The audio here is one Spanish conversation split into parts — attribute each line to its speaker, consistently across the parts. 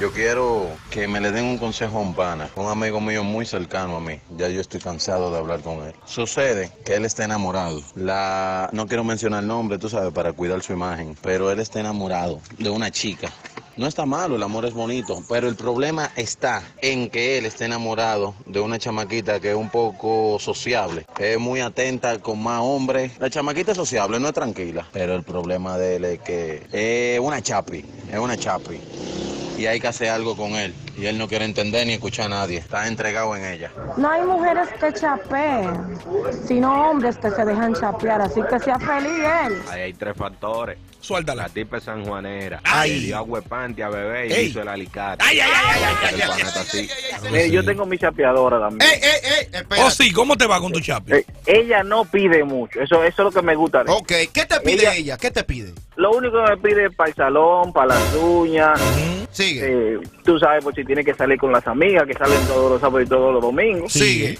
Speaker 1: Yo quiero que me le den un consejo a un pana, un amigo mío muy cercano a mí. Ya yo estoy cansado de hablar con él. Sucede que él está enamorado. La no quiero mencionar el nombre, tú sabes, para cuidar su imagen, pero él está enamorado de una chica. No está malo, el amor es bonito, pero el problema está en que él está enamorado de una chamaquita que es un poco sociable, que es muy atenta con más hombres. La chamaquita es sociable, no es tranquila, pero el problema de él es que es una chapi, es una chapi y hay que hacer algo con él. Y él no quiere entender ni escuchar a nadie. Está entregado en ella.
Speaker 2: No hay mujeres que chapeen, sino hombres que se dejan chapear. Así que sea feliz él.
Speaker 3: Ahí hay tres factores. La
Speaker 4: Suéltala.
Speaker 3: tipa es sanjuanera.
Speaker 4: Ay.
Speaker 3: Le dio agua de panty a bebé y
Speaker 4: Ey.
Speaker 3: hizo el alicate.
Speaker 4: Ay, ay, ay, ay, ay,
Speaker 3: El
Speaker 4: ay, ay,
Speaker 3: planeta así.
Speaker 5: Eh, yo tengo mi chapeadora también.
Speaker 6: Ey, ey, ey, espérate.
Speaker 4: Oh, sí, ¿cómo te va con tu chapi?
Speaker 5: Eh, ella no pide mucho, eso, eso es lo que me gusta. de ella.
Speaker 6: Ok, ¿qué te pide ella?
Speaker 5: Ella-
Speaker 6: ¿Qué te pide?
Speaker 5: Lo único que me pide es para el salón, para las uñas.
Speaker 6: Sigue.
Speaker 5: eh, tú sabes, por si tiene que salir con las amigas que salen todos los sábados y todos los domingos. Eh,
Speaker 6: Sigue.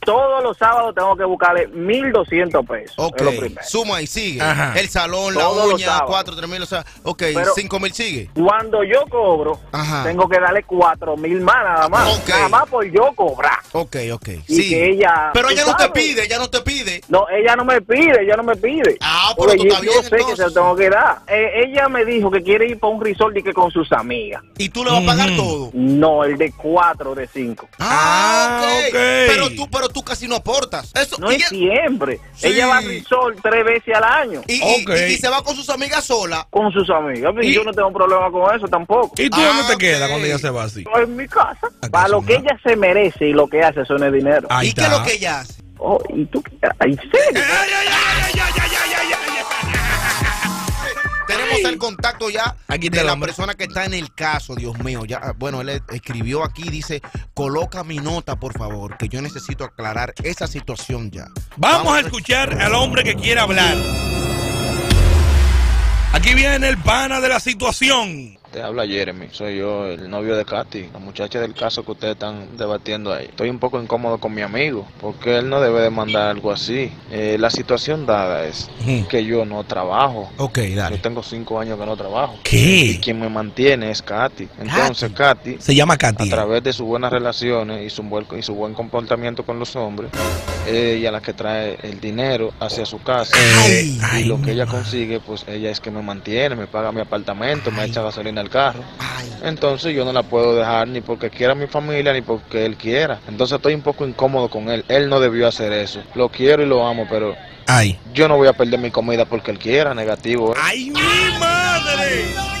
Speaker 5: Todos los sábados tengo que buscarle 1.200 pesos.
Speaker 6: Ok,
Speaker 5: es lo primero.
Speaker 6: suma y sigue.
Speaker 4: Ajá.
Speaker 6: El salón, la
Speaker 5: Todos los
Speaker 6: uña,
Speaker 5: sábados.
Speaker 6: cuatro, tres mil, o sea, ok,
Speaker 5: Pero-
Speaker 6: cinco mil sigue.
Speaker 5: Cuando yo cobro,
Speaker 6: Ajá.
Speaker 5: tengo que darle 4.000 más nada más.
Speaker 6: Ok.
Speaker 5: Nada más por yo cobrar.
Speaker 6: Ok, ok,
Speaker 5: Y
Speaker 6: sigue.
Speaker 5: que ella-
Speaker 6: Pero ella
Speaker 5: tú
Speaker 6: no te
Speaker 5: sabes.
Speaker 6: pide, ella no te pide.
Speaker 5: No, ella no me pide, ella no me pide.
Speaker 6: Ah, pero
Speaker 5: Porque
Speaker 6: tú
Speaker 5: yo,
Speaker 6: estás
Speaker 5: yo
Speaker 6: bien,
Speaker 5: sé que se lo
Speaker 6: entonces.
Speaker 5: tengo que dar. Eh, ella me dijo que quiere ir para un resort y que con sus amigas.
Speaker 6: Y tú le vas a pagar
Speaker 4: Ujú.
Speaker 6: todo.
Speaker 5: No, el de 4 de 5.
Speaker 4: Ah, ok.
Speaker 6: Pero tú, pero tú casi no aportas. Eso,
Speaker 5: No
Speaker 6: y,
Speaker 5: es
Speaker 6: ella-
Speaker 5: siempre.
Speaker 6: Sí.
Speaker 5: Ella va al resort tres veces al año
Speaker 6: y- y-
Speaker 4: Ok.
Speaker 6: y se va con sus amigas sola.
Speaker 5: con sus amigas. Y,
Speaker 4: Y-
Speaker 5: yo no tengo problema con eso tampoco.
Speaker 4: ¿Y tú
Speaker 6: Ah,
Speaker 4: dónde te
Speaker 6: ok.
Speaker 4: quedas cuando ella se va así? Eh,
Speaker 5: en mi casa,
Speaker 6: Ah,
Speaker 4: ¿Acaso
Speaker 5: para lo que
Speaker 4: no?
Speaker 5: ella se merece y lo que hace, eso no es dinero.
Speaker 4: Ahí
Speaker 6: ¿Y qué es
Speaker 4: está.
Speaker 6: lo que ella hace?
Speaker 5: Oh, ¿y tú qué? Ay,
Speaker 6: Ah,
Speaker 5: ¿sí?
Speaker 4: Ay, ay, ay, ay, ay, ay, ay, ay, ay.
Speaker 6: Tenemos el contacto ya
Speaker 4: Aquí te
Speaker 6: de la
Speaker 4: lo-
Speaker 6: persona que está en el caso, Dios mío. Ya, ah, bueno, él escribió aquí, dice, coloca mi nota, por favor, que yo necesito aclarar esa situación ya.
Speaker 4: Vamos a escuchar al hombre que quiere hablar. Aquí viene el pana de la situación.
Speaker 7: Te habla Jeremy, soy yo, el novio de Katy, la muchacha del caso que ustedes están debatiendo ahí. Estoy un poco incómodo con mi amigo, porque él no debe de mandar algo así. Eh, la situación dada es
Speaker 4: Ujú.
Speaker 7: que yo no trabajo.
Speaker 6: Ok,
Speaker 7: Yo
Speaker 6: dale.
Speaker 7: tengo cinco años que no trabajo. Y
Speaker 4: ¿Qué?
Speaker 7: quien me mantiene es Katy. Entonces Katy,
Speaker 4: Se llama
Speaker 7: a
Speaker 4: Katy.
Speaker 7: través de sus buenas relaciones y su buen, y su buen comportamiento con los hombres, ella es la que trae el dinero hacia su casa.
Speaker 4: Ay, ay,
Speaker 7: y lo que ella
Speaker 4: mamá.
Speaker 7: consigue, pues ella es que me mantiene, me paga mi apartamento, me
Speaker 4: Ay.
Speaker 7: echa gasolina al carro.
Speaker 6: Ay,
Speaker 7: Entonces yo no la puedo dejar ni porque quiera mi familia ni porque él quiera. Entonces estoy un poco incómodo con él. Él no debió hacer eso. Lo quiero y lo amo, pero
Speaker 4: Ay.
Speaker 7: yo no voy a perder mi comida porque él quiera, negativo. ¿eh?
Speaker 4: ¡Ay, mi madre!